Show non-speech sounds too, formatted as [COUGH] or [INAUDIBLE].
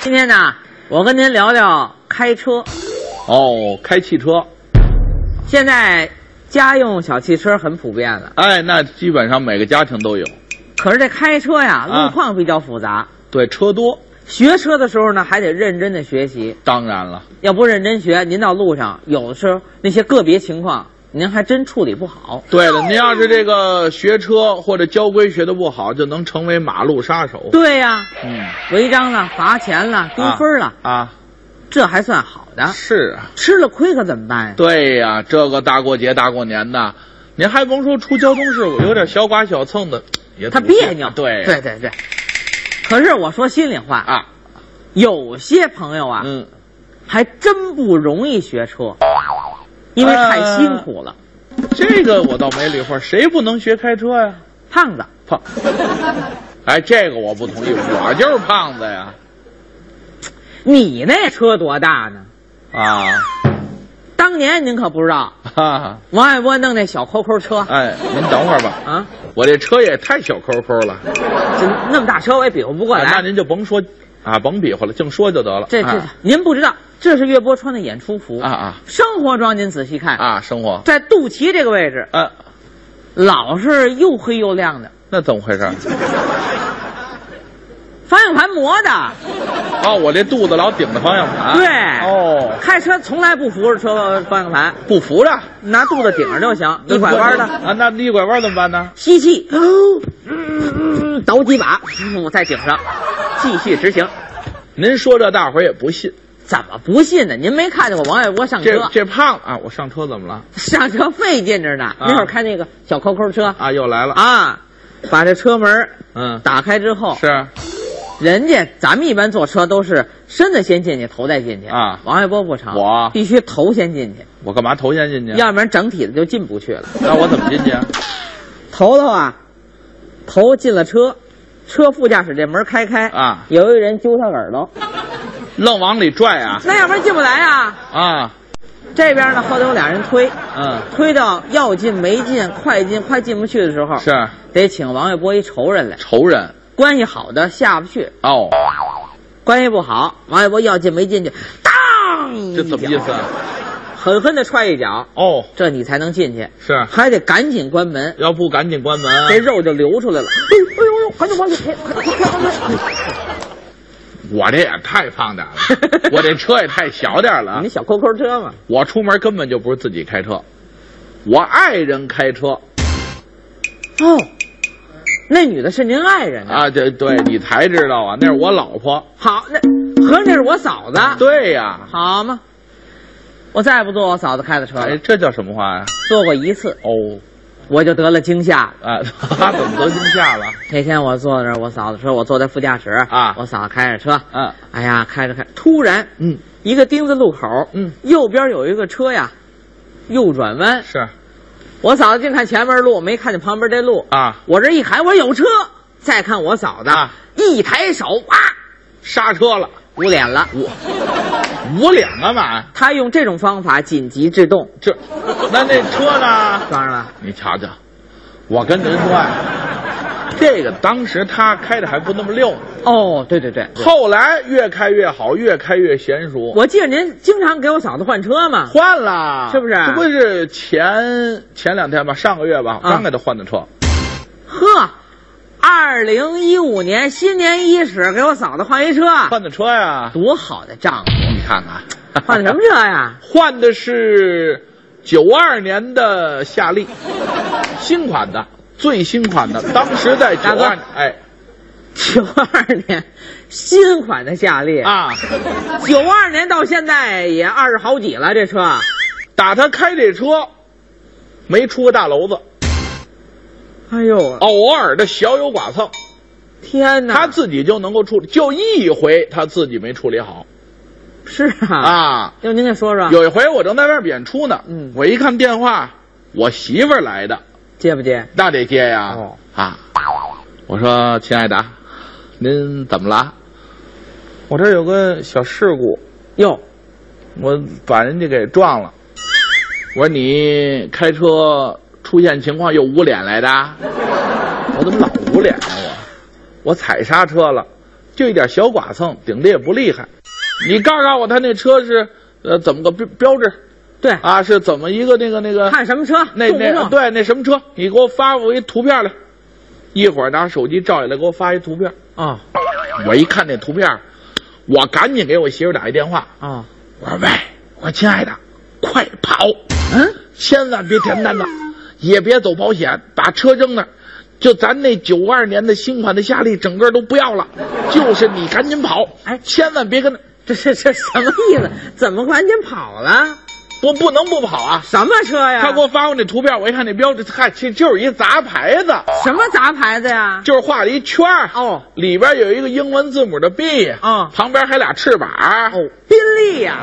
今天呢，我跟您聊聊开车。哦，开汽车，现在家用小汽车很普遍了，哎，那基本上每个家庭都有。可是这开车呀，啊路况比较复杂。对，车多，学车的时候呢，还得认真的学习，当然了，要不认真学，您到路上有的时候那些个别情况，您还真处理不好。对了，您要是这个学车或者交规学的不好，就能成为马路杀手。对呀、嗯，违章了、罚钱了、丢分了，啊，这还算好的。是啊，吃了亏可怎么办呀？对呀、这个大过节大过年的，您还甭说出交通事故，有点小剐小蹭的也他堵车别扭。对呀对对对。可是我说心里话，啊，有些朋友啊，嗯，还真不容易学车，因为太辛苦了。这个我倒没理会，谁不能学开车呀、胖子，胖，哎，这个我不同意，我就是胖子呀。你那车多大呢？啊，当年您可不知道，哈哈，王爱波弄那小抠抠车哎，您等会儿吧，啊，我这车也太小抠抠了，这那么大车我也比划不过啊那来。您就甭说啊，甭比划了，净说就得了。这这啊您不知道，这是岳波穿的演出服啊啊生活装您仔细看，啊，生活，在肚脐这个位置啊，老是又黑又亮的，那怎 [LAUGHS] 么回事？方向盘磨的。哦，我这肚子老顶着方向盘。对哦，开车从来不扶着车方向盘，不扶着，拿肚子顶着就行，一拐弯的。啊，那一拐弯怎么办呢？吸气，嗯倒几把，我再顶上，继续执行。您说这大伙儿也不信，怎么不信呢？您没看见过王爱国上这车，这胖啊，我上车怎么了？上车费劲着呢。那会儿开那个小抠抠车啊，又来了，啊，把这车门嗯，打开之后，是，人家咱们一般坐车都是身子先进去，头再进去啊王爱波不成，我必须头先进去，我干嘛头先进去？要不然整体的就进不去了。那我怎么进去？啊头头啊，头进了车，车副驾驶这门开开啊，有一个人揪他耳朵，愣往里拽啊那要不然进不来啊。啊，这边呢，后头有俩人推，嗯，推到要进没进、快进快进不去的时候，是得请王卫波一仇人来，仇人关系好的下不去，哦，关系不好，王卫波要进没进去，当，这怎么意思？啊？啊？狠狠的踹一脚，哦，这你才能进去，是啊还得赶紧关门，要不赶紧关门啊这？肉就流出来了。哎呦哎呦，赶紧关门，快快快快快！我这也太胖点儿了，我这车也太小点儿了你。小抠抠车嘛，我出门根本就不是自己开车，我爱人开车哦，那女的是您爱人啊？啊。这对你才知道啊，那是我老婆。好，那合着那是我嫂子，对呀、好嘛，我再不坐我嫂子开的车哎，了，这叫什么话呀、坐过一次哦，我就得了惊吓。啊，他怎么得惊吓了？那天我坐那儿，我嫂子说，我坐在副驾驶啊我嫂子开着车，嗯哎呀，开着开，突然嗯，一个丁字路口，嗯，右边有一个车呀，右转弯，是我嫂子净看前面路，没看见旁边这路啊，我这一喊，我说有车，再看我嫂子，啊一抬手，哇，刹车了，捂脸了。我捂脸干嘛呀？他用这种方法紧急制动，这，那那车呢？当然了，你瞧瞧，我跟您说呀、 [LAUGHS] 这个当时他开的还不那么溜呢，哦，对对对，后来越开越好，越开越娴熟。我记得您经常给我嫂子换车嘛，换了，是不是这不是前前两天吧，上个月吧，啊刚给他换的车。呵，二零一五年新年伊始给我嫂子换一车，换的车呀，多好的丈 [LAUGHS] 夫，你看看，换的什么？车呀？换的是九二年的夏利，新款的，最新款的。当时在九大哥二，哎九二年新款的夏利，啊，九二年到现在也二十好几了，这车打他开这车，没出过大篓子，哎呦，偶尔的小有剐蹭，天他哪！自己就能够处理，就一回他自己没处理好是啊，啊。就您给说说，有一回我正在外边演出呢，嗯我一看电话，我媳妇儿来的，接不接？那得接呀。哦啊，我说亲爱的啊，您怎么了？我这有个小事故，哟，我把人家给撞了。我说你开车出现情况又捂脸来的啊？我怎么老捂脸呢？我我踩刹车了，就一点小剐蹭，顶的也不厉害。你告诉我，他那车是呃怎么个标标志对，啊？是怎么一个那个那个？看什么车，那重不那重？对那什么车？你给我发我一图片来，一会儿拿手机照下来，给我发一图片。啊我一看那图片，我赶紧给我媳妇打一电话，啊，我说喂，我说亲爱的，快跑，嗯，千万别填单子，也别走保险，把车扔那儿。就咱那九二年的新款的夏利，整个都不要了，就是你赶紧跑，哎千万别跟那，这这这什么意思？怎么赶紧跑了？我不能不跑啊！什么车哎呀？他给我发过那图片，我一看那标志，嗨，这就是一杂牌子，什么杂牌子呀？就是画了一圈儿，哦里边有一个英文字母的 B，嗯哦旁边还俩翅膀，哦，宾利呀，